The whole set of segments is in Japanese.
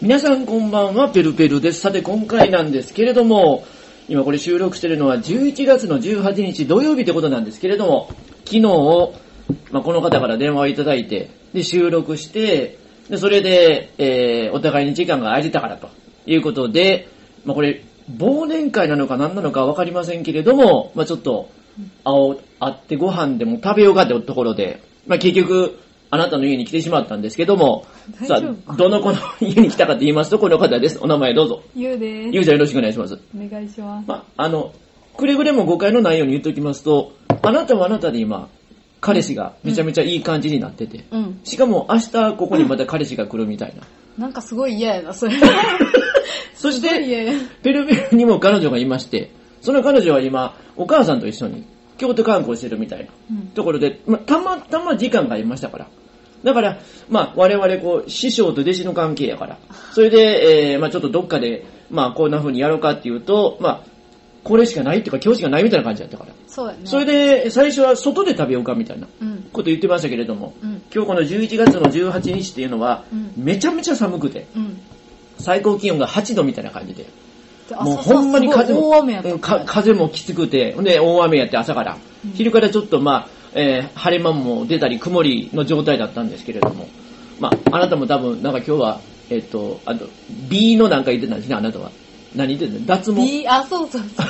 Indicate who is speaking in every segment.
Speaker 1: 皆さんこんばんは、ペルペルです。さて、今回なんですけれども、今これ収録してるのは11月の18日土曜日ってことなんですけれども、昨日、まあ、この方から電話をいただいて、で、収録して、で、それで、えー、お互いに時間が空いてたからということで、まあ、これ、忘年会なのか何なのかわかりませんけれども、まあ、ちょっと、あお、会ってご飯でも食べようかってところで、まあ、結局、あなたの家に来てしまったんですけども、
Speaker 2: 大
Speaker 1: さ
Speaker 2: 丈夫
Speaker 1: あ、どの子の家に来たかと言いますと、この方です。お名前どうぞ。
Speaker 2: ゆうで
Speaker 1: ゆう
Speaker 2: す。
Speaker 1: ちゃんよろしくお願いします。
Speaker 2: お願いします。
Speaker 1: まあ、あの、くれぐれも誤解のないように言っておきますと、あなたはあなたで今、彼氏がめちゃめちゃいい感じになってて、
Speaker 2: うん。
Speaker 1: しかも明日ここにまた彼氏が来るみたいな。
Speaker 2: なんかすごい嫌やな、 それ。
Speaker 1: そし
Speaker 2: すごい
Speaker 1: て、
Speaker 2: 嫌や。
Speaker 1: ペルペルにも彼女がいまして、その彼女は今、お母さんと一緒に京都観光してるみたいな
Speaker 2: うん
Speaker 1: ところで、まあ、たまたま時間がありましたから。だから、まあ、我々、こう、師匠と弟子の関係やから。それで、えー、まあ、ちょっとどっかで、まあ、こんな風にやろうかっていうと、まあ、これしかないっていうか、今日しかないみたいな感じだったから。
Speaker 2: そうやね。
Speaker 1: それで、最初は外で食べようかみたいな
Speaker 2: うん。
Speaker 1: こと言ってましたけれども、
Speaker 2: うん。
Speaker 1: 今日この11月の18日っていうのは
Speaker 2: うん、
Speaker 1: めちゃめちゃ寒くて、
Speaker 2: うん。
Speaker 1: 最高気温が8度みたいな感じで。
Speaker 2: で
Speaker 1: もうほんまに風
Speaker 2: 朝
Speaker 1: も
Speaker 2: 大雨やった
Speaker 1: う
Speaker 2: も
Speaker 1: ん
Speaker 2: んね。
Speaker 1: か風もきつくて、で、大雨やって朝から、
Speaker 2: うん
Speaker 1: 昼からちょっとまあ、えー晴れ間も出たり曇りの状態だったんですけれども、まあ、あなたも多分、なんか今日は、えっ、と、あと、B のなんか言ってたんですね、あなたは。何言ってたの脱毛。
Speaker 2: B、あ、そう そうそ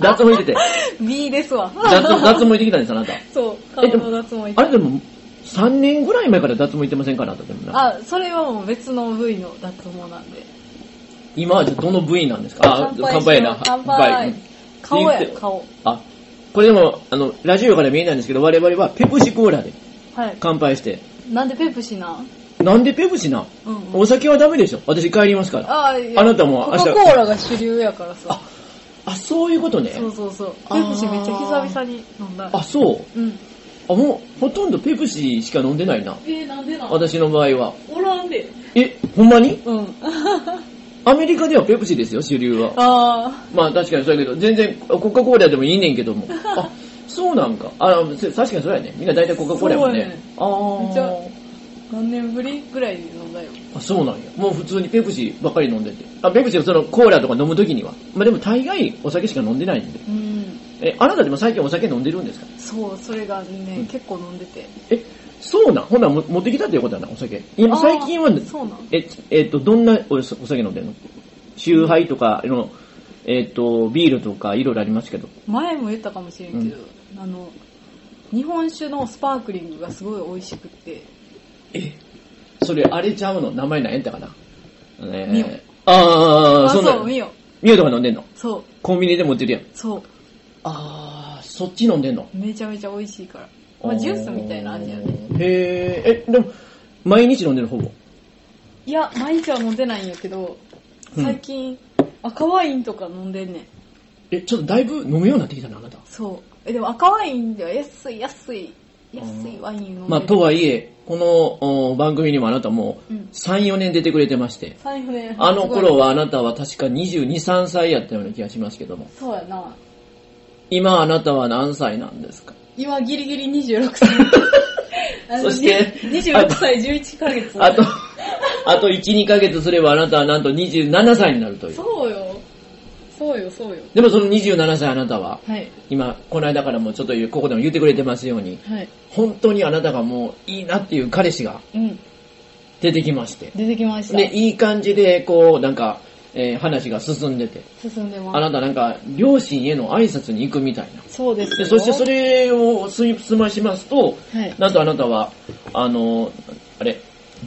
Speaker 1: 脱毛言 ってて。
Speaker 2: う。B ですわ。
Speaker 1: 脱脱毛行ってきたんです、あなた。
Speaker 2: そう、
Speaker 1: え
Speaker 2: 顔
Speaker 1: でも
Speaker 2: の脱毛行った
Speaker 1: あれでも、3年ぐらい前から脱毛行ってませんかな、あなたでもな
Speaker 2: あ、それはもう別の部位の脱毛なんで。
Speaker 1: 今はどの部位なんですかあ、乾杯やな。
Speaker 2: 乾杯。顔
Speaker 1: って言っ
Speaker 2: や、
Speaker 1: て
Speaker 2: 顔。
Speaker 1: あ、これでも、あの、ラジオから見えないんですけど、我々はペプシコーラで
Speaker 2: はい。
Speaker 1: 乾杯して、
Speaker 2: なんでペプシなん
Speaker 1: なんでペプシなん
Speaker 2: うんうん。
Speaker 1: お酒はダメでしょ私帰りますから。
Speaker 2: あ、いや
Speaker 1: あなたも明日
Speaker 2: コカ・コーラが主流やからさ。
Speaker 1: あ、そういうことね。
Speaker 2: そうそうそう。ペ
Speaker 1: あー
Speaker 2: プシめっちゃ久々に飲んだ。
Speaker 1: あ、そう。
Speaker 2: うん。
Speaker 1: あ、もう、ほとんどペプシしか飲んでないな。
Speaker 2: えー、なんでなん
Speaker 1: 私の場合は。
Speaker 2: おらんで。
Speaker 1: え、ほんまに
Speaker 2: うん。
Speaker 1: アメリカではペプシですよ、主流は。
Speaker 2: あ
Speaker 1: まあ確かにそうやけど、全然コカ・コーラでもいいねんけども。あ、そうなんか。あ、せ確かにそうやね。みんな大体コカ・コーラやもんね。あ
Speaker 2: めっち
Speaker 1: ー
Speaker 2: ゃ。あ、何年ぶりぐらいに飲んだよ。
Speaker 1: あそうなんや。もう普通にペプシばっかり飲んでて。あ、ペプシはそのコーラとか飲むときには。まあでも大概お酒しか飲んでないんで。
Speaker 2: うん。
Speaker 1: え、あなたでも最近お酒飲んでるんですか
Speaker 2: そう、それがね、
Speaker 1: うん
Speaker 2: 結構飲んでて。
Speaker 1: え、そうなんほなも持ってきたっていうことやな、お酒。今
Speaker 2: あー
Speaker 1: 最近は、
Speaker 2: そうなん
Speaker 1: え、えっと、どんなおお酒飲んでるのシューハイとか、あの、えっと、ビールとかいろいろありますけど。
Speaker 2: 前も言ったかもしれんけど、あの、日本酒のスパークリングがすごい美味しくって、
Speaker 1: え、それあれちゃうの名前なんやったかなねえ
Speaker 2: ミオ
Speaker 1: ああ、
Speaker 2: あ、
Speaker 1: そうなん
Speaker 2: そう、
Speaker 1: や
Speaker 2: 見よ。
Speaker 1: ミオとか飲んでんの
Speaker 2: そう、
Speaker 1: コンビニでも売ってるやん。
Speaker 2: そ
Speaker 1: ああ、そっち飲んでんの
Speaker 2: う、めちゃめちゃ美味しいから。まあ、ジュースみたいな味やね。
Speaker 1: へえ、え、でも、毎日飲んでるほぼ。
Speaker 2: いや、毎日は飲んでないんやけど、
Speaker 1: うん
Speaker 2: 最近、赤ワインとか飲んでんねん。
Speaker 1: え、ちょっとだいぶ飲むようになってきたな、あなた。
Speaker 2: そう。え、でも赤ワインでは安い、安い、安いワイン飲んでる。
Speaker 1: まあ、とはいえ、このお番組にもあなたも
Speaker 2: うん
Speaker 1: 3、4年出てくれてまして、
Speaker 2: 財布ね。
Speaker 1: あの頃はあなたは確か22、3歳やったような気がしますけども、
Speaker 2: すごい。そうやな。
Speaker 1: 今あなたは何歳なんですか
Speaker 2: 今ギリギリ26歳。 あの
Speaker 1: そして
Speaker 2: に26歳11ヶ月。
Speaker 1: あと、あと1、2ヶ月すればあなたはなんと27歳になるという。
Speaker 2: そうよ。そうよ、そうよ。
Speaker 1: でもその27歳あなたは、
Speaker 2: はい。
Speaker 1: 今、この間からもちょっと言うここでも言ってくれてますように、
Speaker 2: はい。
Speaker 1: 本当にあなたがもういいなっていう彼氏が
Speaker 2: うん。
Speaker 1: 出てきまして、
Speaker 2: 出てきました。
Speaker 1: で、いい感じで、こう、なんか、えー話が進んでて、
Speaker 2: 進んで
Speaker 1: あ
Speaker 2: ま
Speaker 1: なたなんか、両親への挨拶に行くみたいな。
Speaker 2: す。そうです
Speaker 1: で、
Speaker 2: よ。
Speaker 1: そしてそれをす済ましますと、
Speaker 2: はい。
Speaker 1: なんとあなたは、あの、あれ、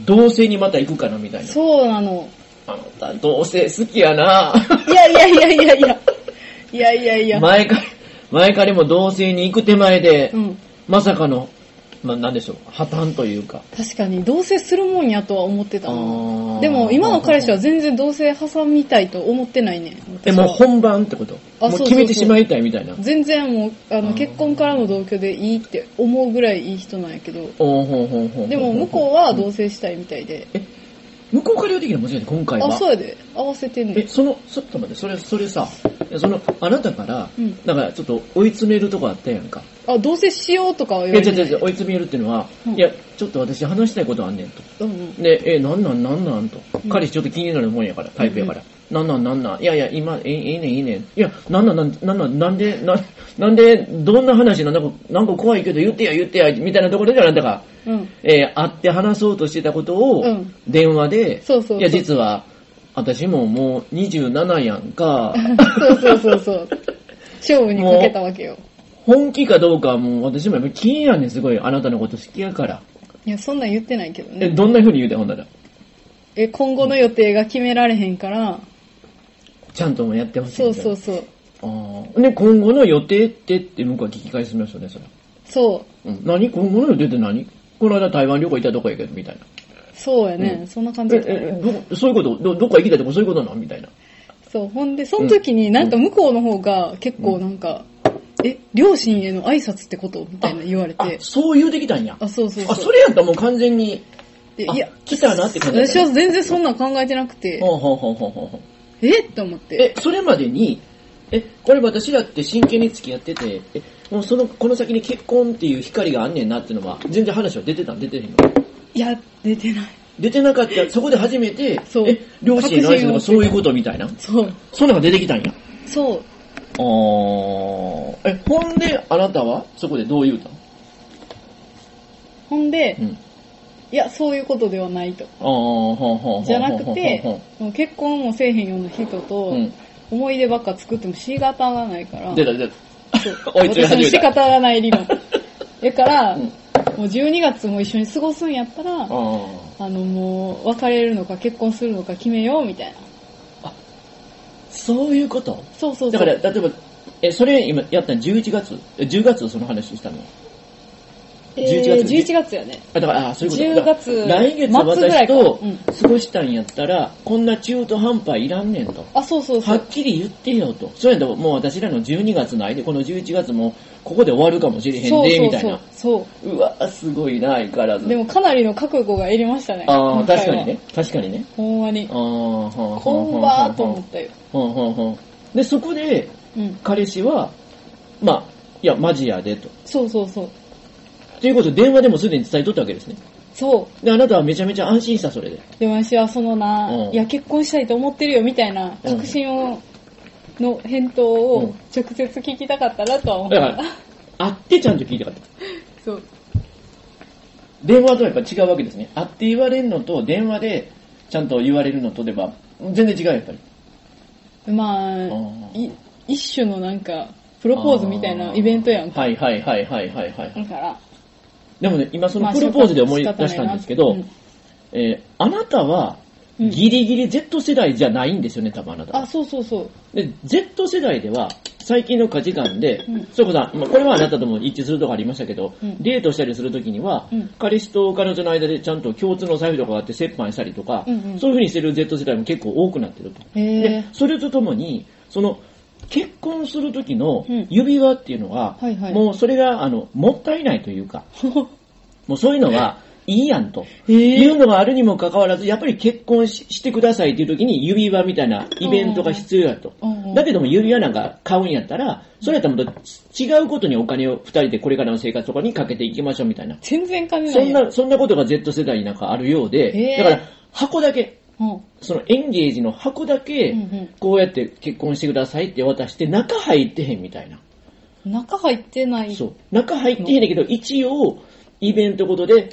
Speaker 1: 同棲にまた行くかなみたいな。
Speaker 2: そうなの。
Speaker 1: あなた、同棲好きやな
Speaker 2: いやいやいやいやいや。いやいやいや。
Speaker 1: 前から、前からも同棲に行く手前で、
Speaker 2: うん。
Speaker 1: まさかの、まあ、なんでしょう、破綻というか。
Speaker 2: 確かに、同棲するもんやとは思ってたな。
Speaker 1: あー
Speaker 2: でも、今の彼氏は全然同棲挟みたいと思ってないね。
Speaker 1: え、
Speaker 2: 私
Speaker 1: もう
Speaker 2: は
Speaker 1: 本番ってこと
Speaker 2: あ
Speaker 1: も
Speaker 2: そううそうそう
Speaker 1: 決めてしまいたいみたいな。
Speaker 2: 全然もうあ
Speaker 1: あ
Speaker 2: の
Speaker 1: ー
Speaker 2: 結婚からの同居でいいって思うぐらいいい人なんやけど
Speaker 1: おーほんほんほんほんほん
Speaker 2: でも向こうは同棲したいみたいで、
Speaker 1: 向こうから言うてきたのもちろん今回は。
Speaker 2: あそうやで合わせてんね
Speaker 1: え、
Speaker 2: ん
Speaker 1: その、ちょっと待って、それ、それさ、いやその、あなたから
Speaker 2: うん、
Speaker 1: なんかちょっと追い詰めるとこあったやんか。
Speaker 2: あ、どうせしようとかはい言
Speaker 1: や、違
Speaker 2: わ
Speaker 1: う
Speaker 2: れ
Speaker 1: 違
Speaker 2: て
Speaker 1: う違う追い詰めるっていうのは、
Speaker 2: うん
Speaker 1: いや、ちょっと私話したいことあんねんと。
Speaker 2: うんうん
Speaker 1: で、え、なんなんなんなんと
Speaker 2: う。ん
Speaker 1: 彼氏ちょっと気になるもんやから、タイプやから。なんなんなんなん。いやいや、今、え、ええねん、ええねん。いや、なんなんなんなんなん、なんで、な、なんで、どんな話なのなんか、なんか怖いけど言ってや、言ってや、みたいなところであなたが、
Speaker 2: うん。
Speaker 1: えー会って話そうとしてたことを
Speaker 2: うん、
Speaker 1: 電話で、
Speaker 2: そうそうそう
Speaker 1: や、実は、私ももう27やん か、
Speaker 2: そうそうそうそう。勝負にかけたわけよ。
Speaker 1: 本気かどうかはもう私もやっぱり気にやねん、すごい。あなたのこと好きやから。
Speaker 2: いや、そんなん言ってないけど
Speaker 1: え、
Speaker 2: ね。
Speaker 1: どんな風に言うてほんなら。
Speaker 2: え、今後の予定が決められへんから、
Speaker 1: ちゃんともやってほしい
Speaker 2: そ
Speaker 1: み
Speaker 2: う
Speaker 1: たいな。
Speaker 2: そうそう。
Speaker 1: ああ。で、今後の予定ってって向こうは聞き返しましたね、それ。
Speaker 2: そ
Speaker 1: うん。何今後の予定って何この間台湾旅行行ったとこやけど、みたいな。
Speaker 2: う。そうやね。
Speaker 1: うん
Speaker 2: そんな感じ
Speaker 1: え
Speaker 2: だった、
Speaker 1: えど、そういうこと、ど、どっか行きたいとこそういうことなみたいな。
Speaker 2: そう。ほんで、その時になんか向こうの方が結構なんか、え、両親への挨拶ってことみたいな言われ
Speaker 1: あ
Speaker 2: て、。
Speaker 1: そう言うてきたんや。
Speaker 2: あ、そうそう
Speaker 1: あ、
Speaker 2: そ。
Speaker 1: そうれやったらもう完全に、
Speaker 2: で
Speaker 1: あ
Speaker 2: いや、
Speaker 1: 来たなって感じだった
Speaker 2: 私は全然そんなん考えてなくて、
Speaker 1: ほうほうほうほうほうほう。
Speaker 2: えって思って。
Speaker 1: え、それまでに、え、これ私だって真剣に付き合ってて、え、もうその、この先に結婚っていう光があんねんなってのは、全然話は出てたん出てへんの
Speaker 2: いや、出てない。
Speaker 1: 出てなかった、そこで初めて、
Speaker 2: そう
Speaker 1: え、両親への挨拶とかそういうことみたいな。
Speaker 2: そう。
Speaker 1: そういうのが出てきたんや。
Speaker 2: そう。
Speaker 1: あー。え、ほんで、あなたはそこでどう言うたの
Speaker 2: ほんで、
Speaker 1: うん。
Speaker 2: いや、そういうことではないと。
Speaker 1: あー、ほんほんほんほんほんほん。
Speaker 2: じゃなくて、もう結婚もせえへんような人と
Speaker 1: うん、
Speaker 2: 思い出ばっか作っても仕方がないから、
Speaker 1: 出た出た。
Speaker 2: そう
Speaker 1: 追い詰め
Speaker 2: 私
Speaker 1: 始
Speaker 2: の
Speaker 1: め
Speaker 2: 仕
Speaker 1: た。
Speaker 2: 方がな い理論。だから、
Speaker 1: うん
Speaker 2: もう12月も一緒に過ごすんやったら、
Speaker 1: あー。
Speaker 2: あのもう別れるのか結婚するのか決めようみたいな。
Speaker 1: そういうこと
Speaker 2: そうそうそう。
Speaker 1: だから、例えば、え、それ今やったの11月え ?10 月その話したの
Speaker 2: え
Speaker 1: 11
Speaker 2: ー、
Speaker 1: 月
Speaker 2: 11月やね。
Speaker 1: あだから、あそういうこと
Speaker 2: 10
Speaker 1: だから
Speaker 2: 月
Speaker 1: 来月
Speaker 2: 末ぐら
Speaker 1: 私
Speaker 2: いか
Speaker 1: と
Speaker 2: うん
Speaker 1: 過ごしたんやったら、こんな中途半端いらんねんと。
Speaker 2: あ、そうそうそ
Speaker 1: は
Speaker 2: う
Speaker 1: っ。きり言ってよと。そうやったらもう私らの12月の間、この11月もここで終わるかもしれへん
Speaker 2: そう
Speaker 1: で、
Speaker 2: そ
Speaker 1: み
Speaker 2: う
Speaker 1: たい
Speaker 2: そ
Speaker 1: な
Speaker 2: う。。そう
Speaker 1: わ、すごいな、相変わらず。
Speaker 2: う。でもかなりの覚悟がいりましたね。
Speaker 1: ああ、
Speaker 2: 今回は
Speaker 1: 確かにね。。確かにね。
Speaker 2: ほんまに
Speaker 1: あ。あ、ほんほん
Speaker 2: こ
Speaker 1: ほ
Speaker 2: ん
Speaker 1: ん
Speaker 2: ば
Speaker 1: ほん
Speaker 2: ーと
Speaker 1: ほ
Speaker 2: 思
Speaker 1: ん
Speaker 2: ったよ。
Speaker 1: ほんほんほん。で、そこで、
Speaker 2: うん。
Speaker 1: 彼氏は、まあ、いや、マジやで、と。
Speaker 2: そうそうそう。
Speaker 1: ということを電話でもすでに伝えとったわけですね。
Speaker 2: そう。
Speaker 1: で、あなたはめちゃめちゃ安心した、それで。
Speaker 2: でも私はそのな、
Speaker 1: うん
Speaker 2: いや結婚したいと思ってるよみたいな
Speaker 1: うん
Speaker 2: 確信を、の返答
Speaker 1: うん
Speaker 2: を直接聞きたかったなとは思っ
Speaker 1: だか
Speaker 2: た。
Speaker 1: ら、会ってちゃんと聞いたかった。
Speaker 2: そう。
Speaker 1: 電話とはやっぱ違うわけですね。会って言われるのと、電話でちゃんと言われるのとでは、全然違う、やっぱり。
Speaker 2: まあ
Speaker 1: ん、
Speaker 2: い一種のなんか、プロポーズみたいなイベントやんか。
Speaker 1: はいはいはいはいはいはい。
Speaker 2: だから、
Speaker 1: でもね、今その
Speaker 2: まあ
Speaker 1: プロポーズで思い出したんですけど、
Speaker 2: 仕方ないな
Speaker 1: えーあなたは、
Speaker 2: うん
Speaker 1: ギリギリ Z 世代じゃないんですよね、多分あなた
Speaker 2: うん
Speaker 1: は
Speaker 2: あ、そうそうそう。
Speaker 1: で、Z 世代では、最近の価値観で、
Speaker 2: うん
Speaker 1: そういうことは、まあ、これはあなたとも一致するとこありましたけど、
Speaker 2: うん
Speaker 1: デートしたりするときには、
Speaker 2: うん
Speaker 1: 彼氏と彼女の間でちゃんと共通の財布とかがあって折半したりとか、
Speaker 2: うんうん
Speaker 1: そういうふうにしてる Z 世代も結構多くなってると。
Speaker 2: へ
Speaker 1: で
Speaker 2: え。、
Speaker 1: それとともに、その、結婚するときの
Speaker 2: うん
Speaker 1: 指輪っていうのは、
Speaker 2: はいはい
Speaker 1: もうそれが、あの、もったいないというか、もうそういうのは、いいやんと。
Speaker 2: へ
Speaker 1: いうのがあるにもかかわらず、やっぱり結婚ししてくださいっていう時に指輪みたいなイベントが必要だと
Speaker 2: うんうん。
Speaker 1: だけども指輪なんか買うんやったら、それやったらまた違うことにお金を二人でこれからの生活とかにかけていきましょうみたいな。
Speaker 2: 全然金ない
Speaker 1: そん
Speaker 2: や
Speaker 1: な、そんなことが Z 世代なんかあるようで、
Speaker 2: へー
Speaker 1: だから箱だけ、
Speaker 2: うん。
Speaker 1: そのエンゲージの箱だけ
Speaker 2: うんうん、
Speaker 1: こうやって結婚してくださいって渡して中入ってへんみたいな。
Speaker 2: 中入ってない。
Speaker 1: そう。中入ってへんねんけど、一応、イベントごとで、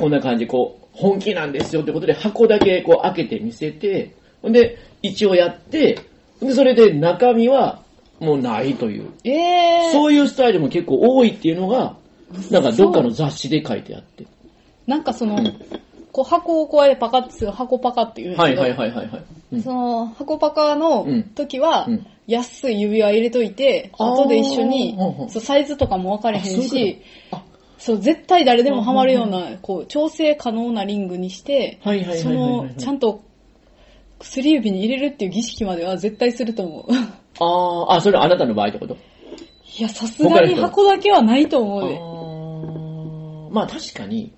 Speaker 1: こんな感じ、こう、本気なんですよってことで、箱だけこう開けて見せて、ほんで、一応やって、ほんで、それで中身は、もうないという。
Speaker 2: ええ
Speaker 1: そういうスタイルも結構多いっていうのが、なんかどっかの雑誌で書いてあって。
Speaker 2: なんかその、こう箱をこうやってパカッてする箱パカって言うんです
Speaker 1: は
Speaker 2: け
Speaker 1: い
Speaker 2: ど、
Speaker 1: はいはいはいはい。うん
Speaker 2: その、箱パカの時は
Speaker 1: うんうん、
Speaker 2: 安い指輪入れといて、
Speaker 1: あー
Speaker 2: 後で一緒に
Speaker 1: うんうん、
Speaker 2: そうサイズとかも分かれへん
Speaker 1: あそういう
Speaker 2: し
Speaker 1: ことあ、
Speaker 2: そう、絶対誰でもハマるような、こう、調整可能なリングにして
Speaker 1: はいはいはいはいは、い
Speaker 2: その、ちゃんと、薬指に入れるっていう儀式までは絶対すると思う。
Speaker 1: あー、あ、それあなたの場合ってこと
Speaker 2: いや、さすがに箱だけはないと思うで。
Speaker 1: あーまあ確かに。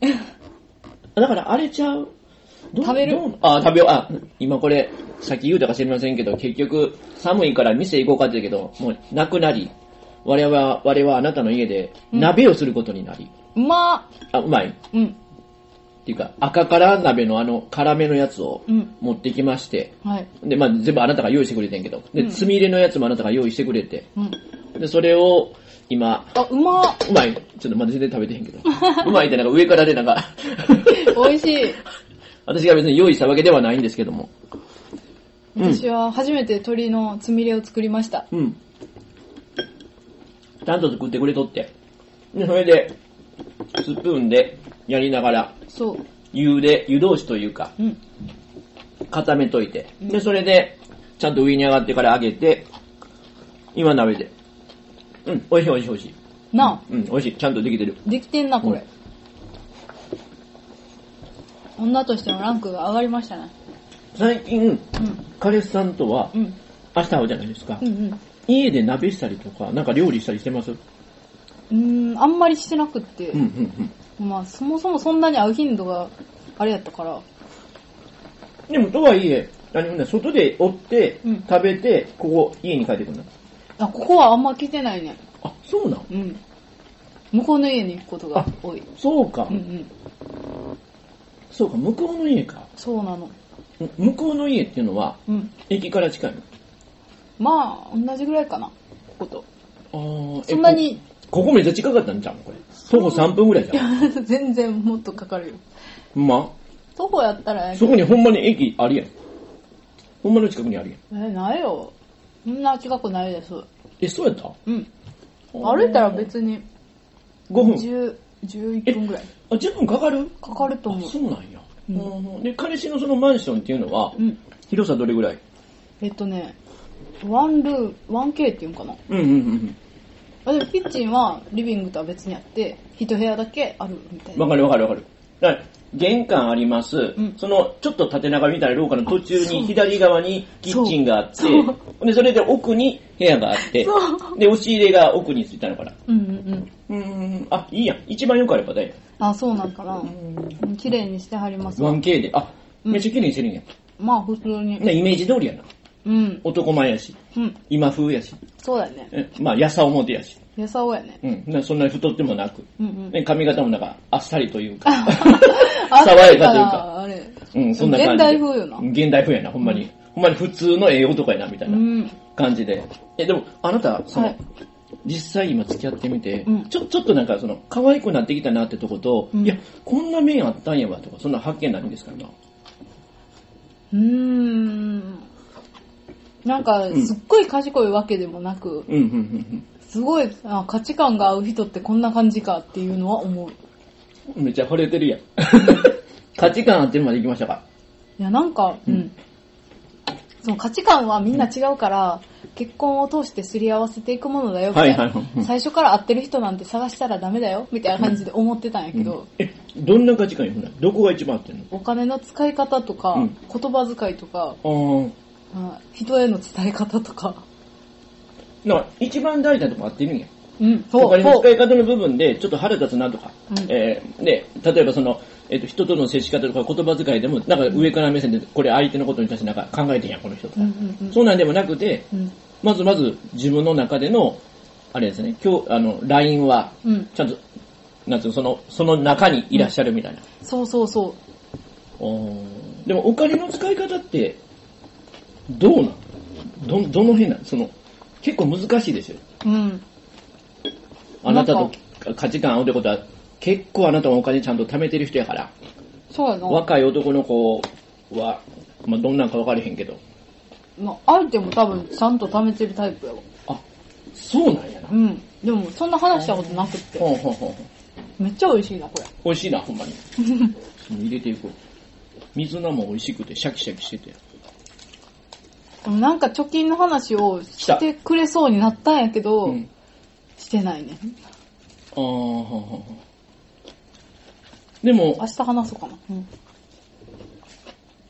Speaker 1: だからあれちゃうどう
Speaker 2: 食べる
Speaker 1: どうあ、食べよう。あ、今これ、さっき言うたか知りませんけど、結局、寒いから店行こうかって言うけど、もうなくなり、我々は、我々はあなたの家で
Speaker 2: うん
Speaker 1: 鍋をすることになり、
Speaker 2: うま
Speaker 1: あ、うまい。っ
Speaker 2: うん。
Speaker 1: ていうか、赤辛鍋のあの、辛めのやつを
Speaker 2: うん
Speaker 1: 持ってきまして、
Speaker 2: はい。
Speaker 1: で、まあ全部あなたが用意してくれてんけど、
Speaker 2: う
Speaker 1: で、
Speaker 2: ん
Speaker 1: つみ入れのやつもあなたが用意してくれて、
Speaker 2: うん。
Speaker 1: で、それを、今、
Speaker 2: あ、うま
Speaker 1: うまい。ちょっとまだ全然食べてへんけ ど。うまいってなんか上からでなんか、
Speaker 2: 美味しい。
Speaker 1: 私が別に用意したわけではないんですけども。うん
Speaker 2: 私は初めて鶏のつみれを作りました。
Speaker 1: うん。ちゃんと作ってくれとって。で、それで、スプーンでやりながら、
Speaker 2: そう。
Speaker 1: 湯で、湯通しというか、
Speaker 2: うん。
Speaker 1: 固めといて。
Speaker 2: うん
Speaker 1: で、それで、ちゃんと上に上がってから揚げて、今鍋で。うん、美味しい美味しい美味しい。
Speaker 2: な
Speaker 1: うん、美味しい。ちゃんとできてる。
Speaker 2: あ、できてんな、これ。女としてのランクが上がりましたね。
Speaker 1: 最近、
Speaker 2: うん。
Speaker 1: 彼氏さんとは
Speaker 2: う、ん。
Speaker 1: 明日会うじゃないですか。
Speaker 2: うんうん。
Speaker 1: 家で鍋したりとか、なんか料理したりしてます
Speaker 2: うーん、あんまりしてなくって、
Speaker 1: うんうん
Speaker 2: まあ、そもそもそんなに会う頻度があれやったから、
Speaker 1: うん。でも、とはいえ、何もない。外で追って
Speaker 2: うん、
Speaker 1: 食べて、ここ、家に帰ってくるんだ。
Speaker 2: あ、ここはあんま来てないね。
Speaker 1: あ、そうなん
Speaker 2: うん。向こうの家に行くことが多い。
Speaker 1: そうか、
Speaker 2: うんうん。
Speaker 1: そうか、向こうの家か。
Speaker 2: そうなの。
Speaker 1: む向こうの家っていうのは、
Speaker 2: うん。
Speaker 1: 駅から近いの
Speaker 2: まあ、同じぐらいかな、ここと。
Speaker 1: あーえ
Speaker 2: そんなに、
Speaker 1: こ。ここめっちゃ近かったんじゃん、これ。徒歩3分ぐらいじゃん。
Speaker 2: 全然もっとかかるよ。
Speaker 1: ほんま
Speaker 2: 徒歩やったらええけ
Speaker 1: そ
Speaker 2: ど
Speaker 1: こにほんまに駅ありやん。ほんまの近くにありやん。
Speaker 2: え、ないよ。そんな近くないです。
Speaker 1: え、そうやった
Speaker 2: うん。歩いたら別に、
Speaker 1: 5分。
Speaker 2: 10、11分ぐらい
Speaker 1: あ、10分かかる
Speaker 2: かかると
Speaker 1: あ
Speaker 2: 思う
Speaker 1: そ。うなんや、
Speaker 2: うん
Speaker 1: うんで、彼氏のそのマンションっていうのは、
Speaker 2: うん。
Speaker 1: 広さどれぐらい
Speaker 2: えっとね、ワンルーム、1K っていうんかな。
Speaker 1: うんうんうん
Speaker 2: あでもキッチンはリビングとは別にあって、一部屋だけあるみたい
Speaker 1: うん。わ
Speaker 2: な。
Speaker 1: かるわかるわかる。だから玄関あります、
Speaker 2: ん
Speaker 1: そのちょっと縦長みたいな廊下の途中
Speaker 2: そう
Speaker 1: に左側にキッチンがあって
Speaker 2: そうそ、
Speaker 1: でそれで奥に部屋があって、で、押し入れが奥についたのかな。
Speaker 2: うんうんうん。
Speaker 1: うん、あ、いいやん。一番よくあればだよ。
Speaker 2: あ、そうなんかな。うん綺麗にしてはりますわ
Speaker 1: 1K で。あ、
Speaker 2: うん
Speaker 1: めっちゃ綺麗にしてるんや。
Speaker 2: まあ普通に。
Speaker 1: なイメージ通りやな。
Speaker 2: うん。
Speaker 1: 男前やし、
Speaker 2: うん。
Speaker 1: 今風やし、
Speaker 2: そうだよね。
Speaker 1: えまあ、やさ表やし。
Speaker 2: やさおやね。
Speaker 1: うん。なそんなに太ってもなく。
Speaker 2: うんうん。
Speaker 1: ね髪型もなんか、あっさりというか。
Speaker 2: あ
Speaker 1: 爽やかというか。
Speaker 2: あれ。
Speaker 1: うん、そんな感じで。
Speaker 2: 現代風よな。
Speaker 1: うん現代風やな、ほんまに。ほんまに普通のええ男やな、みたいうなん感じで。え、でも、あなた、その、
Speaker 2: はい
Speaker 1: 実際今付き合ってみて、
Speaker 2: うん
Speaker 1: ちょ、ちょっとなんかその、可愛くなってきたなってとこと、
Speaker 2: うん
Speaker 1: いや、こんな面あったんやわとか、そんな発見ないんですからな。
Speaker 2: うーん。なんか、すっごい賢いわけでもなく、
Speaker 1: うん、うん、うん
Speaker 2: すごいあ価値観が合う人ってこんな感じかっていうのは思う。
Speaker 1: うん。めっちゃ惚れて るやん。価値観あってるまで行きましたか。
Speaker 2: いや、なんか、うん。
Speaker 1: うん
Speaker 2: その価値観はみんな違うから、結婚を通してすり合わせていくものだよ、みたいな。
Speaker 1: はいはいはいうん
Speaker 2: 最初から合ってる人なんて探したらダメだよ、みたいな感じで思ってたんやけど、
Speaker 1: え、どんな価値観やほんならどこが一番合ってんの
Speaker 2: お金の使い方とか、
Speaker 1: うん
Speaker 2: 言葉遣いとか、
Speaker 1: あ
Speaker 2: まあ人への伝え方とか。
Speaker 1: あ、なんか一番大事なとこ合ってるんや。
Speaker 2: うん、そ
Speaker 1: お
Speaker 2: う、
Speaker 1: 金の
Speaker 2: そ
Speaker 1: 使
Speaker 2: う。
Speaker 1: い方の部分でちょっと腹立つなとか、
Speaker 2: うん
Speaker 1: えーで例えばその、えっと人との接し方とか言葉遣いでもなんか上から目線でこれ相手のことに対してなんか考えてんやこの人とか、
Speaker 2: うんうんうん
Speaker 1: そうなんでもなくて
Speaker 2: うん。
Speaker 1: まずまず自分の中でのあれですね今日あの LINE は
Speaker 2: うん。
Speaker 1: ちゃんとなんつうのそのその中にいらっしゃるみたいな、
Speaker 2: そうそうそう。
Speaker 1: おーでもお金の使い方ってどうなんどどの辺なんその結構難しいですよ
Speaker 2: うん。
Speaker 1: あなた
Speaker 2: なん
Speaker 1: と
Speaker 2: か
Speaker 1: 価値観合うってことは、結構あなたもお金ちゃんと貯めてる人やから、
Speaker 2: そうやな。
Speaker 1: 若い男の子は、まあ、どんなんか分かれへんけど、
Speaker 2: な相手も多分ちゃんと貯めてるタイプやわ。
Speaker 1: あ、そうなんやな。
Speaker 2: うん。でも、そんな話したことなくって。
Speaker 1: ほんほんほんほん。
Speaker 2: めっちゃ美味しいな、これ。
Speaker 1: 美味しいな、ほ んまに。入れていこう。水菜も美味しくて、シャキシャキしてて。
Speaker 2: なんか貯金の話をしてくれそうになったんやけど、
Speaker 1: うん。
Speaker 2: してないね。
Speaker 1: あー、ほんほんほん。でも
Speaker 2: 明、日話そうかな。うん、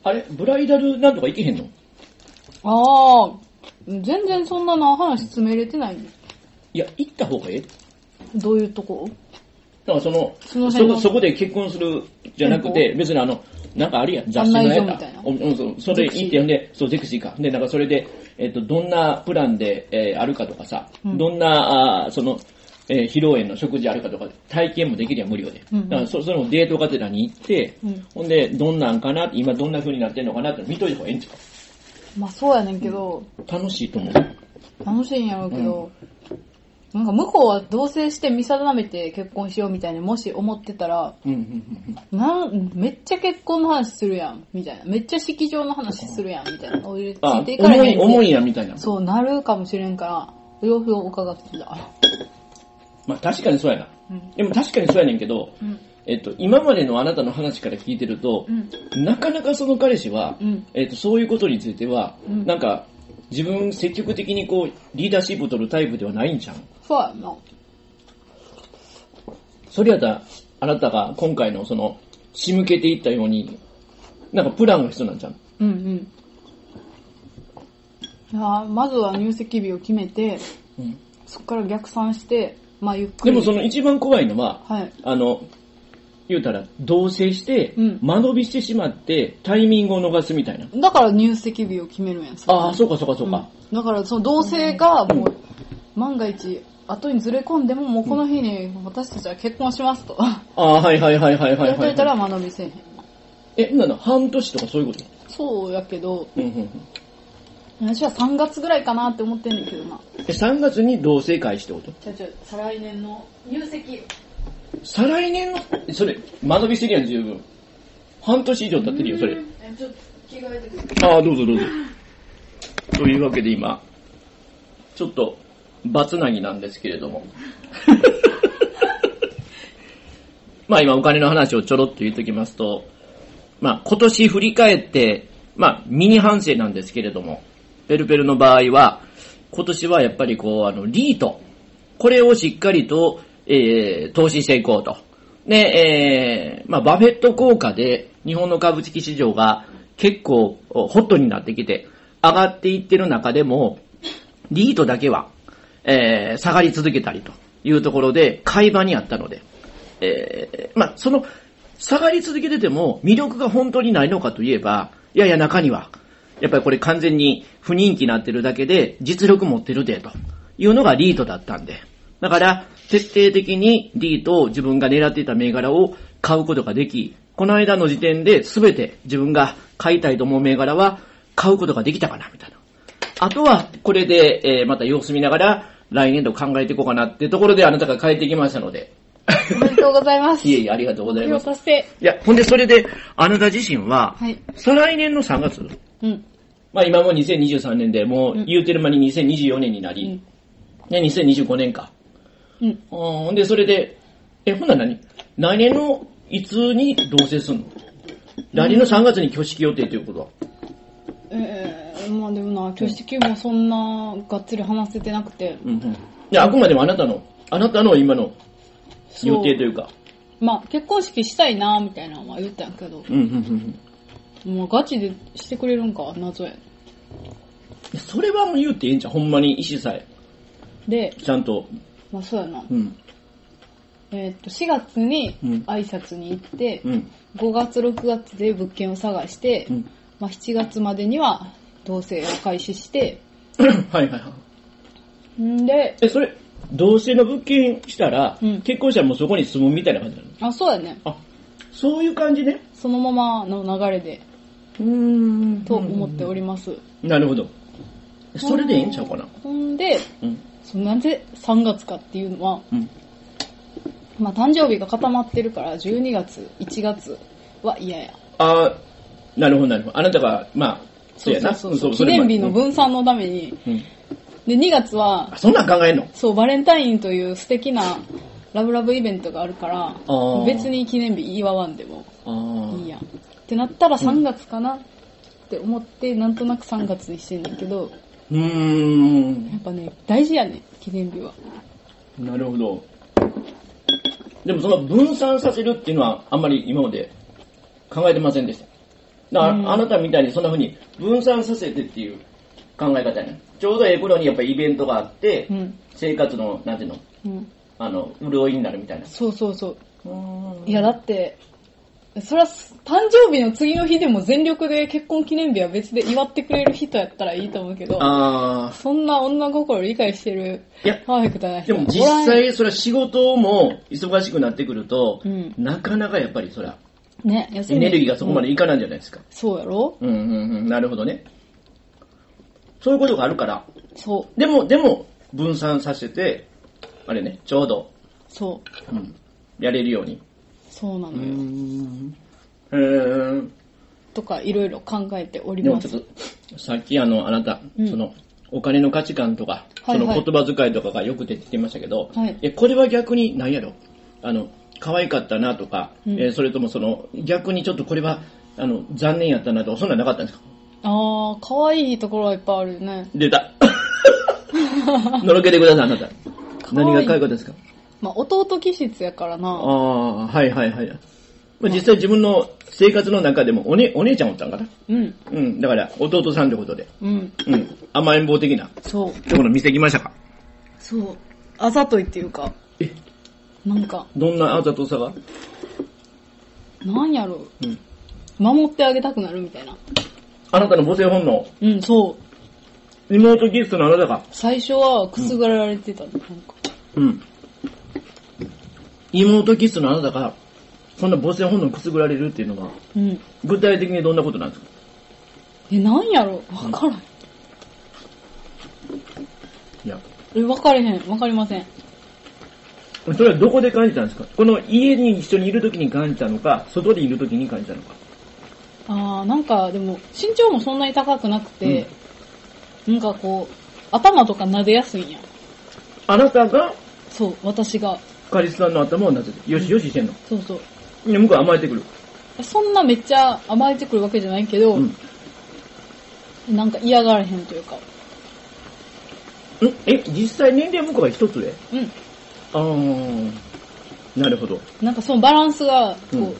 Speaker 1: あれ、ブライダルなんとかいけへんの
Speaker 2: ああ、全然そんなの話詰めれてないね。
Speaker 1: いや、行った方がええ。
Speaker 2: どういうとこ
Speaker 1: だからその、
Speaker 2: その辺の
Speaker 1: そこそこで結婚するじゃなくて、別にあの、なんかあるやん、雑誌のや
Speaker 2: 案内所みたいな
Speaker 1: つ。おうんそうそれ
Speaker 2: ゼクシー
Speaker 1: 行って、ほんで、そう、ゼクシーか。で、なんかそれで、えっと、どんなプランで、えーあるかとかさ、
Speaker 2: うん
Speaker 1: どんな、あーその、えー披露宴の食事あるかとか、体験もできるやん、無料で。
Speaker 2: うんうん
Speaker 1: だからそ、そのデートがてらに行って、
Speaker 2: うん
Speaker 1: ほんで、どんなんかな、今どんな風になってんのかなって見といた方がええんちゃ
Speaker 2: まあそうやねんけど、
Speaker 1: う楽しいと思う。
Speaker 2: 楽しいんやろうけど、なんか向こうは同棲して見定めて結婚しようみたいにもし思ってたら、
Speaker 1: うん、うん、うん
Speaker 2: なん、めっちゃ結婚の話するやん、みたいな。めっちゃ式場の話するやん、みたいな。おいつ
Speaker 1: うん。あ
Speaker 2: いてい、かれ
Speaker 1: 重
Speaker 2: へ
Speaker 1: い、
Speaker 2: ん
Speaker 1: 重い
Speaker 2: って
Speaker 1: やん、みたいな。
Speaker 2: そう、なるかもしれんから、お洋服を伺ってた。
Speaker 1: まあ確かにそうやな。
Speaker 2: うん。
Speaker 1: でも確かにそうやねんけど、
Speaker 2: うん。
Speaker 1: えっと、今までのあなたの話から聞いてると、
Speaker 2: うん。
Speaker 1: なかなかその彼氏は、
Speaker 2: うん
Speaker 1: えっと、そういうことについては、
Speaker 2: うん
Speaker 1: なんか、自分積極的にこう、リーダーシップ取るタイプではないんじゃん。
Speaker 2: そうやんな。
Speaker 1: それやったら、あなたが今回のその、仕向けていったように、なんかプランが必要なんじゃん。
Speaker 2: うんうん。いやーまずは入籍日を決めて、
Speaker 1: うん
Speaker 2: そこから逆算して、まあゆっく
Speaker 1: で
Speaker 2: り。
Speaker 1: もその一番怖いのは、
Speaker 2: はい。
Speaker 1: あの、言うたら、同棲して
Speaker 2: うん、
Speaker 1: 間延びしてしまって、タイミングを逃すみたいな。
Speaker 2: だから入籍日を決めるんやん。そこ
Speaker 1: ああ、そうかそうかそうか。
Speaker 2: うんだからその同性がもう、万が一、後にずれ込んでももうこの日に私たちは結婚しますと。
Speaker 1: ああ、はいはいはいはいはい
Speaker 2: やっと
Speaker 1: はい
Speaker 2: たら
Speaker 1: い。
Speaker 2: 学びせえへん。
Speaker 1: え、なんだ、半年とかそういうこと
Speaker 2: そうやけど、
Speaker 1: うんうんうん。
Speaker 2: 私は3月ぐらいかなって思ってんねんけどな。
Speaker 1: え、3月に同棲会してこと
Speaker 2: ちゃちゃ、再来年の入籍。
Speaker 1: 再来年の、それ、間延びすぎやん、十分。半年以上経ってるよ、それ。
Speaker 2: え、ちょっと着替えてくる。
Speaker 1: ああ、どうぞどうぞ。というわけで今、ちょっと、バツナギなんですけれども。 まあ今お金の話をちょろっと言っときますと、まあ今年振り返って、まあミニ反省なんですけれども、ペルペルの場合は、今年はやっぱりこう、あの、リート。これをしっかりと、えー、投資していこうと。で、えー、まあバフェット効果で日本の株式市場が結構おホットになってきて、上がっていってる中でも、リートだけは、えー、下がり続けたりというところで、買い場にあったので、えーまあ、その、下がり続けてても魅力が本当にないのかといえば、いやいや中には、やっぱりこれ完全に不人気になってるだけで実力持ってるでというのがリートだったんで。だから、徹底的にリートを自分が狙っていた銘柄を買うことができ、この間の時点で全て自分が買いたいと思う銘柄は買うことができたかな、みたいな。あとは、これで、えーまた様子見ながら、来年度考えていこうかなっていうところであなたが帰ってきましたので。
Speaker 2: おめでとうございます。
Speaker 1: いえいえ、ありがとうござい
Speaker 2: 目
Speaker 1: ま
Speaker 2: を
Speaker 1: す。
Speaker 2: 達成。
Speaker 1: いや、ほんで、それで、あなた自身は、
Speaker 2: はい
Speaker 1: 再来年の3月
Speaker 2: うん。
Speaker 1: まあ今も2023年で、もう言うてる間に2024年になり、ね、2025年か。
Speaker 2: うん。
Speaker 1: うんほんで、それで、え、ほんなら何来年のいつに同棲すんの来年の3月に挙式予定ということは。
Speaker 2: えー、まあでもな、挙式もそんながっつり話せてなくて、
Speaker 1: うんうん。で、あくまでもあなたの、あなたの今の
Speaker 2: そう
Speaker 1: 予定というか。
Speaker 2: まあ結婚式したいなみたいなのは言ったんやけど、
Speaker 1: うんうんうんうん
Speaker 2: もうガチでしてくれるんか、謎や。
Speaker 1: いや。それはもう言うていいんじゃん。ほんまに意思さえ、
Speaker 2: で、
Speaker 1: ちゃんと。
Speaker 2: まあそうやな。
Speaker 1: うん。
Speaker 2: えーっと、4月に
Speaker 1: うん
Speaker 2: 挨拶に行って、
Speaker 1: うん。
Speaker 2: 5月6月で物件を探して、
Speaker 1: うん。
Speaker 2: まあ7月までには同棲を開始して、
Speaker 1: はいはいはい。
Speaker 2: んで、
Speaker 1: え、それ、同棲の物件したら、
Speaker 2: うん
Speaker 1: 結婚したらもうそこに住むみたいな感じなの
Speaker 2: あ、そうやね。
Speaker 1: あ、そういう感じね。
Speaker 2: そのままの流れで、
Speaker 1: うーん
Speaker 2: と思っております。
Speaker 1: なるほど。それでええんちゃうかな。
Speaker 2: ほんで、
Speaker 1: うん。
Speaker 2: そのなぜ3月かっていうのは、
Speaker 1: うん。
Speaker 2: まあ誕生日が固まってるから、12月、1月は嫌や。
Speaker 1: あーなるほどなるほど。あなたが、まあ、
Speaker 2: そう
Speaker 1: やな。
Speaker 2: そうそう。
Speaker 1: ん
Speaker 2: 記
Speaker 1: れも
Speaker 2: 念日の分散のために、
Speaker 1: うん。うん
Speaker 2: で、2月は
Speaker 1: あ、、そんなん考えんの
Speaker 2: そう、バレンタインという素敵なラブラブイベントがあるから
Speaker 1: ー、
Speaker 2: 別に記念日祝わんでも
Speaker 1: あ
Speaker 2: いいやん。ってなったら3月かなって思って、なんとなく3月にしてんだけど、
Speaker 1: うーん
Speaker 2: や。っぱね、大事やね、記念日は。
Speaker 1: なるほど。でもその分散させるっていうのはあんまり今まで考えてませんでした。だから、
Speaker 2: うん
Speaker 1: あなたみたいにそんな風に分散させてっていう考え方やね。ちょうどええ頃にやっぱりイベントがあって、
Speaker 2: うん。
Speaker 1: 生活の、なんていうの、
Speaker 2: うん。
Speaker 1: あの、潤いになるみたいな。
Speaker 2: そうそうそう。いや、だって、そら、誕生日の次の日でも全力で結婚記念日は別で祝ってくれる人やったらいいと思うけど、
Speaker 1: あ
Speaker 2: そんな女心理解してる
Speaker 1: いや
Speaker 2: パーフェクト
Speaker 1: ー
Speaker 2: な
Speaker 1: で
Speaker 2: 人
Speaker 1: も実
Speaker 2: おらん
Speaker 1: 際、それは仕事も忙しくなってくると、
Speaker 2: うん
Speaker 1: なかなかやっぱりそら、
Speaker 2: ね、要す
Speaker 1: エ
Speaker 2: るに
Speaker 1: ネルギーがそこまでいかないんじゃないですか。
Speaker 2: そうやろ
Speaker 1: うんうんうん、なるほどね。そういうことがあるから、
Speaker 2: そう、
Speaker 1: でも、でも、分散させて、あれね、ちょうど、
Speaker 2: そう、
Speaker 1: うん、やれるように。
Speaker 2: そうな
Speaker 1: う
Speaker 2: のよ。
Speaker 1: ん。えー、
Speaker 2: とか、いろいろ考えており
Speaker 1: でも
Speaker 2: ま
Speaker 1: ち
Speaker 2: す。
Speaker 1: ょっと、さっきあの、あなた、
Speaker 2: うん
Speaker 1: その、お金の価値観とか、
Speaker 2: はいはい
Speaker 1: その言葉遣いとかがよく出てきましたけど、
Speaker 2: はい
Speaker 1: えこれは逆に何やろあの、可愛かったなとか、
Speaker 2: うん
Speaker 1: えーそれともその、逆にちょっとこれは、あの、残念やったなとか、そんなんなかったんですか
Speaker 2: あー、可愛いところはいっぱいあるよね。
Speaker 1: 出た。 のろけてください、あなた。何が可愛かったですか
Speaker 2: まあ、弟気質やからな。
Speaker 1: ああー、はいはいはい。まあ、実際自分の生活の中でもお,、ね、お姉ちゃんおったんかな
Speaker 2: うん、
Speaker 1: うん、だから弟さんってことで、
Speaker 2: うん、
Speaker 1: うん、甘えん坊的な
Speaker 2: そう、
Speaker 1: ところ見せてきましたか
Speaker 2: そう。あざといっていうか、
Speaker 1: え、
Speaker 2: なんか、
Speaker 1: どんなあざとさが
Speaker 2: なんやろ、
Speaker 1: うん。
Speaker 2: 守ってあげたくなるみたいな。
Speaker 1: あなたの母性本能、
Speaker 2: うん、そう。
Speaker 1: 妹ギフトのあなたが、
Speaker 2: 最初はくすぐられてた、なんか。
Speaker 1: うん。妹ギフトのあなたが、そんな母性本能くすぐられるっていうのは、
Speaker 2: うん。
Speaker 1: 具体的にどんなことなんですか
Speaker 2: え、なんやろわからん。
Speaker 1: いや、
Speaker 2: え、わかれへん。わかりません。
Speaker 1: それはどこで感じたんですかこの家に一緒にいるときに感じたのか、外でいるときに感じたのか。
Speaker 2: あー、なんか、でも、身長もそんなに高くなくて、なんかこう、頭とか撫でやすいんや。
Speaker 1: あなたが
Speaker 2: そう、私が。
Speaker 1: カリスさんの頭をなぜて、よしよししてんの。
Speaker 2: そうそう。
Speaker 1: で、向こう甘えてくる。
Speaker 2: そんなめっちゃ甘えてくるわけじゃないけど、
Speaker 1: うん。ん
Speaker 2: なんか嫌がらへんというか。
Speaker 1: え、実際年齢向こうが一つで
Speaker 2: うん。
Speaker 1: あー、なるほど。
Speaker 2: なんかそのバランスが、こう、
Speaker 1: うん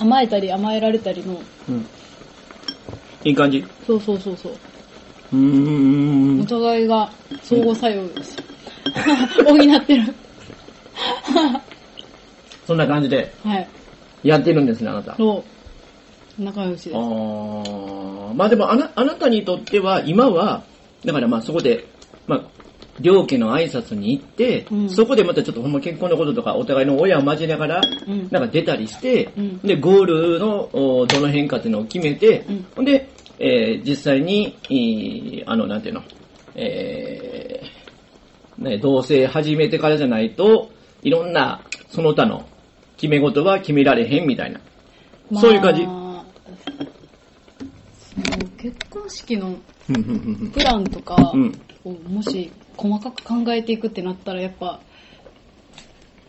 Speaker 2: 甘えたり甘えられたりの、
Speaker 1: うん。いい感じ。
Speaker 2: そうそうそうそう。
Speaker 1: うーん
Speaker 2: お。互いが相互作用です。 補ってる。
Speaker 1: そんな感じで
Speaker 2: はい。
Speaker 1: やってるんですね、あなた。あ
Speaker 2: そう。仲良しです。
Speaker 1: ー。まあでもあな、あなたにとっては、今は、だからまあそこで、まあ、両家の挨拶に行って、
Speaker 2: うん
Speaker 1: そこでまたちょっとほんま結婚のこととか、お互いの親を交えながら、
Speaker 2: うん
Speaker 1: なんか出たりして、
Speaker 2: うん
Speaker 1: で、ゴールのおどの変化っていうのを決めて、
Speaker 2: うん
Speaker 1: ほんで、えー実際に、いいあの、なんていうの、えーね、同棲始めてからじゃないと、いろんな、その他の決め事は決められへんみたいな。そういう感じ
Speaker 2: その結婚式の
Speaker 1: ふんふんふんふん
Speaker 2: プランとか
Speaker 1: うん
Speaker 2: をもし細かく考えていくってなったらやっぱ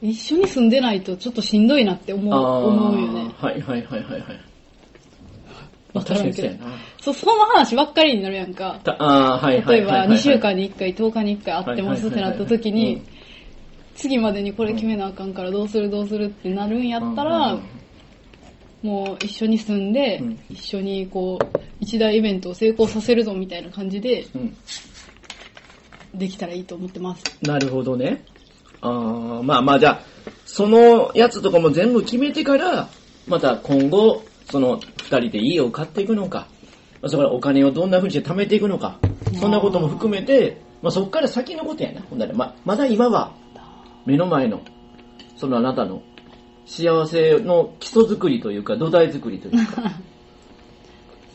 Speaker 2: 一緒に住んでないとちょっとしんどいなって思
Speaker 1: あ
Speaker 2: う
Speaker 1: ー
Speaker 2: 思うよね。
Speaker 1: はいはいはいはいはい。まあ
Speaker 2: わか
Speaker 1: 確
Speaker 2: ら
Speaker 1: か
Speaker 2: ん
Speaker 1: に
Speaker 2: け
Speaker 1: そうやな
Speaker 2: ど。。そその話ばっかりになるやんか。
Speaker 1: たあーはいは
Speaker 2: 例
Speaker 1: いはいはい
Speaker 2: えば
Speaker 1: はい。
Speaker 2: 2週間に1回10日に1回会ってますっ
Speaker 1: はい
Speaker 2: て
Speaker 1: はいは
Speaker 2: な
Speaker 1: は
Speaker 2: い
Speaker 1: い
Speaker 2: った時
Speaker 1: う
Speaker 2: に
Speaker 1: ん
Speaker 2: 次までにこれ決めなあかんからどうするどうするってなるんやった
Speaker 1: う
Speaker 2: ら
Speaker 1: んうんうん
Speaker 2: もう一緒に住んで
Speaker 1: うん
Speaker 2: 一緒にこう一大イベントを成功させるぞみたいな感じで
Speaker 1: うん
Speaker 2: できたらいいと思ってます。
Speaker 1: なるほどね。あーまあまあじゃあ、そのやつとかも全部決めてから、また今後、その二人で家を買っていくのか、まあそこからお金をどんな風にして貯めていくのか、そんなことも含めて、まあそこから先のことやな。ほんなら、まあ、まだ今は、目の前の、そのあなたの幸せの基礎作りというか、土台作りというか、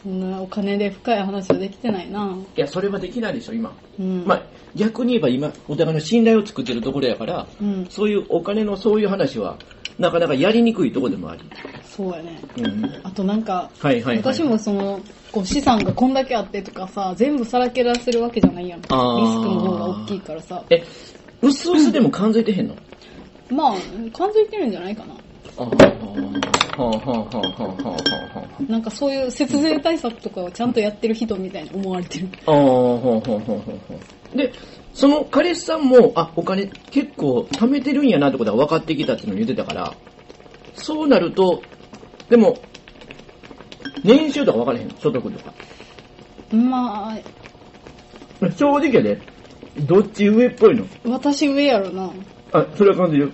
Speaker 2: そんなお金で深い話はできてないな。
Speaker 1: いや、それはできないでしょ、今。
Speaker 2: うん。
Speaker 1: まあ、逆に言えば今、お互いの信頼を作ってるところやから、
Speaker 2: うん、
Speaker 1: そういうお金のそういう話は、なかなかやりにくいとこでもあり。
Speaker 2: そうやね。
Speaker 1: うん。
Speaker 2: あとなんか、
Speaker 1: はいはいはい。
Speaker 2: 私もその、こう資産がこんだけあってとかさ、全部さらけ出せるわけじゃないやん。リスク
Speaker 1: あー
Speaker 2: の方が大きいからさ。
Speaker 1: え、うすうすでも感づいてへんの
Speaker 2: まあ、感づいてるんじゃないかな。
Speaker 1: ああ、はあはあはあはあはあはあはあ。
Speaker 2: なんかそういう節税対策とかをちゃんとやってる人みたいに思われてる。
Speaker 1: ああ、ほうほうほうほうほう。で、その彼氏さんも、あ、お金結構貯めてるんやなってことが分かってきたっていうのを言ってたから、そうなると、でも、年収とか分からへんの所得とか。
Speaker 2: まあ、
Speaker 1: 正直やで、どっち上っぽいの
Speaker 2: 私上やろな。
Speaker 1: あ、それは感じる。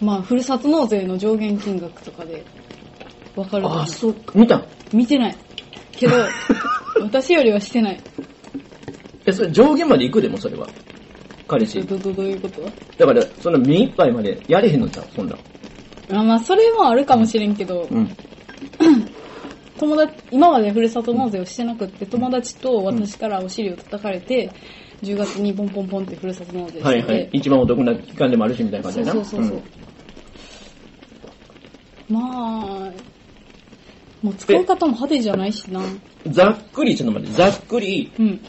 Speaker 2: まあ、ふるさと納税の上限金額とかで、わかると思う
Speaker 1: あ、そうか。見たん
Speaker 2: 見てない。 けど、私よりはしてない。
Speaker 1: え、それ上限まで行くでも、それは。彼氏。
Speaker 2: ど、ど、どういうこと
Speaker 1: だから、その目いっぱいまでやれへんのじゃん、そんなん。
Speaker 2: あまあ、それもあるかもしれんけど、
Speaker 1: うん。
Speaker 2: 友達、今までふるさと納税をしてなくって、友達と私からお尻を叩かれて、10月にポンポンポンってふるさと納税してて、
Speaker 1: はいはい。一番お得な期間でもあるし、みたいな感じ
Speaker 2: そ
Speaker 1: や
Speaker 2: う
Speaker 1: な。
Speaker 2: そうそうそう。まあ、もう使い方も派手じゃないしな。
Speaker 1: うんざっくり、ちょっと待って、ざっくり、
Speaker 2: うん。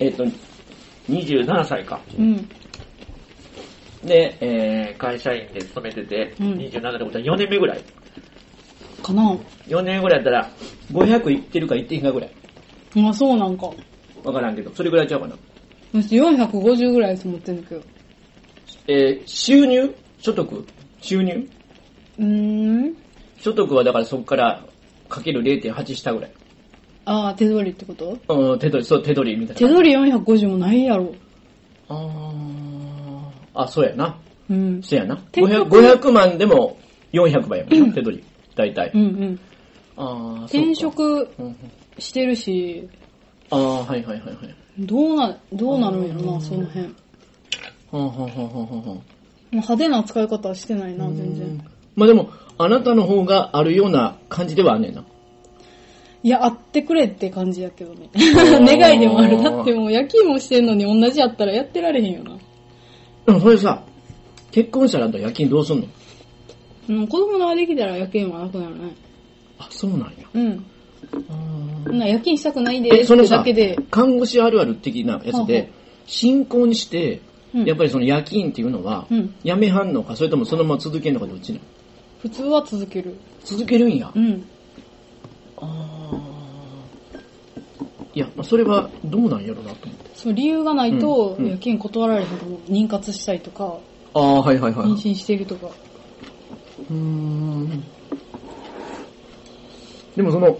Speaker 1: えっ、と、27歳か。
Speaker 2: うん。
Speaker 1: で、えー、会社員で勤めてて、
Speaker 2: うん
Speaker 1: 27ってことは4年目ぐらい。
Speaker 2: かな
Speaker 1: 4年ぐらいやったら、500いってるかいってへんかぐらい。
Speaker 2: まあそうなんか。
Speaker 1: わからんけど、それぐらいちゃうかな。
Speaker 2: 私450ぐらいと思ってんだけど。
Speaker 1: えー、収入所得収入
Speaker 2: うーん。
Speaker 1: 所得はだからそこから、かける0.8したぐらい。
Speaker 2: ああ、手取りってこと
Speaker 1: うん、手取り、そう、手取りみたいな。
Speaker 2: 手取り450もないやろ。
Speaker 1: あーあ、そうやな。
Speaker 2: うん。
Speaker 1: そうやな。
Speaker 2: 手取り
Speaker 1: 500, 500万でも400倍やもんな、手取り。大体
Speaker 2: う。んうん。
Speaker 1: ああ、
Speaker 2: 転職
Speaker 1: そうか。うんうん
Speaker 2: してるし、
Speaker 1: ああ、はいはいはいはい。
Speaker 2: どうな、どうなるんやろな、その辺。も
Speaker 1: はんはんはんはんはんはん
Speaker 2: う派手な使い方はしてないな、全然。
Speaker 1: まあでも、あなたの方があるような感じではあんねんな。
Speaker 2: いや、あってくれって感じやけどね。 願いでもある。だってもう焼き芋してんのに同じやったらやってられへんよな。
Speaker 1: でもそれさ、結婚したらあんた夜勤どうすんの
Speaker 2: うん、子供ができたら夜勤はなくなるね。
Speaker 1: あ、そうなんや。
Speaker 2: うん。
Speaker 1: あー
Speaker 2: そんな夜勤したくないで
Speaker 1: え、
Speaker 2: す
Speaker 1: そ
Speaker 2: っ
Speaker 1: の
Speaker 2: て
Speaker 1: さ
Speaker 2: だけで。、
Speaker 1: 看護師あるある的なや
Speaker 2: は
Speaker 1: つ
Speaker 2: あはあ
Speaker 1: で、進行にして、
Speaker 2: うん
Speaker 1: やっぱりその夜勤っていうのは
Speaker 2: うん、
Speaker 1: やめはんのか、それともそのまま続けるのかどっちなの
Speaker 2: 普通は続ける。
Speaker 1: 続けるんや。
Speaker 2: うん。
Speaker 1: あーいや、まあ、それはどうなんやろなと思って。
Speaker 2: そう、理由がないと
Speaker 1: うんうん
Speaker 2: 夜勤断られへんと思う。妊活したいとか、
Speaker 1: ああ、はいはいはい。
Speaker 2: 妊
Speaker 1: う
Speaker 2: 娠してるとか。
Speaker 1: ーん。でもその、や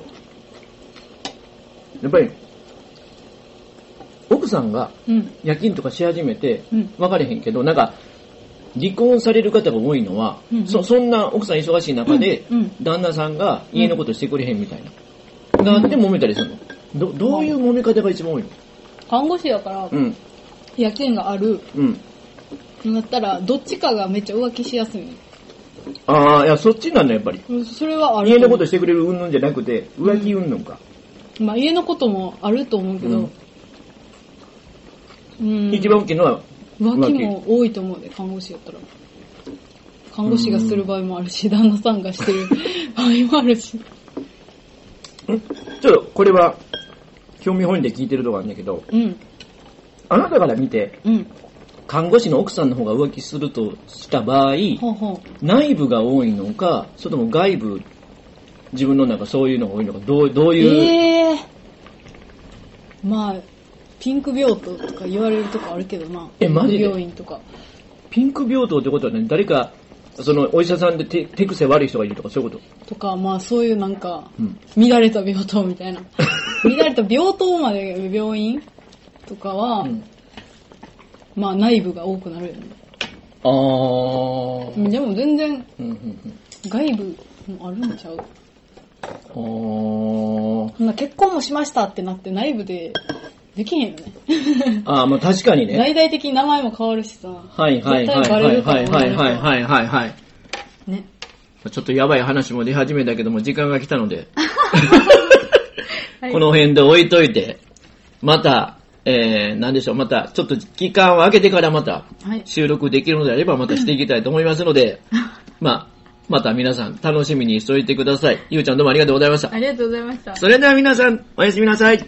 Speaker 1: っぱり、奥さんが
Speaker 2: うん。
Speaker 1: 夜勤とかし始めて
Speaker 2: うん、
Speaker 1: 分かれへんけど、なんか、離婚される方が多いのは、
Speaker 2: うんうん
Speaker 1: そそんな奥さん忙しい中で、
Speaker 2: うんうん
Speaker 1: 旦那さんが家のことしてくれへんみたいな。があって揉めたりするの。ど、どういう揉め方が一番多いの
Speaker 2: 看護師だから、
Speaker 1: うん、
Speaker 2: 夜勤がある。
Speaker 1: うん。
Speaker 2: だったら、どっちかがめっちゃ浮気しやすいね。
Speaker 1: ああ、いや、そっちなんだ、やっぱり。
Speaker 2: うんそれはある。
Speaker 1: 家のことしてくれるうんぬんじゃなくて、浮気うんぬんか。
Speaker 2: まあ家のこともあると思うけど、うん、
Speaker 1: 一番大きいのは、
Speaker 2: 浮気も多いと思うで、看護師やったら。看護師がする場合もあるし、旦那さんがしてる 場合もあるし。
Speaker 1: んちょっと、これは、興味本位で聞いてるとこあるんだけど、
Speaker 2: うん、
Speaker 1: あなたから見て、
Speaker 2: うん。
Speaker 1: 看護師の奥さんの方が浮気するとした場合、
Speaker 2: ほうほ
Speaker 1: 内部が多いのか、それとも外部、自分の中そういうのが多いのか、どうどう
Speaker 2: う。
Speaker 1: いう、
Speaker 2: ええー。まあ、ピンク病棟とか言われるとこあるけどな。
Speaker 1: えマジで
Speaker 2: 病院とか。
Speaker 1: ピンク病棟ってことはね、誰か、その、お医者さんで手手癖悪い人がいるとか、そういうこと。
Speaker 2: とか、まあそういうなんか、
Speaker 1: うん。
Speaker 2: 乱れた病棟み たいな。乱れた病棟まで病院とかは、
Speaker 1: うん
Speaker 2: まあ内部が多くなるよね。
Speaker 1: あー。
Speaker 2: でも全然
Speaker 1: うんうんうん
Speaker 2: 外部もあるんちゃう
Speaker 1: あー。
Speaker 2: そんな結婚もしましたってなって内部でできへんよね。
Speaker 1: あー、まあ確かにね。
Speaker 2: 大々的に名前も変わるしさ。
Speaker 1: はいはいはい
Speaker 2: 絶対
Speaker 1: は
Speaker 2: バレ
Speaker 1: い
Speaker 2: ると
Speaker 1: は
Speaker 2: 思う
Speaker 1: い
Speaker 2: ん
Speaker 1: は
Speaker 2: だ
Speaker 1: い
Speaker 2: けど
Speaker 1: はいはいはいはい。
Speaker 2: ね。
Speaker 1: ちょっとやばい話も出始めたけども、時間が来たので、
Speaker 2: はい
Speaker 1: この辺で置いといて、また、えー、なんでしょう、また、ちょっと期間を空けてからまた、
Speaker 2: はい。
Speaker 1: 収録できるのであればまたしていきたいと思いますの で、まあ、また皆さん楽しみにしておいてください。ゆうちゃんどうもありがとうございました。
Speaker 2: ありがとうございました。
Speaker 1: それでは皆さん、おやすみなさい。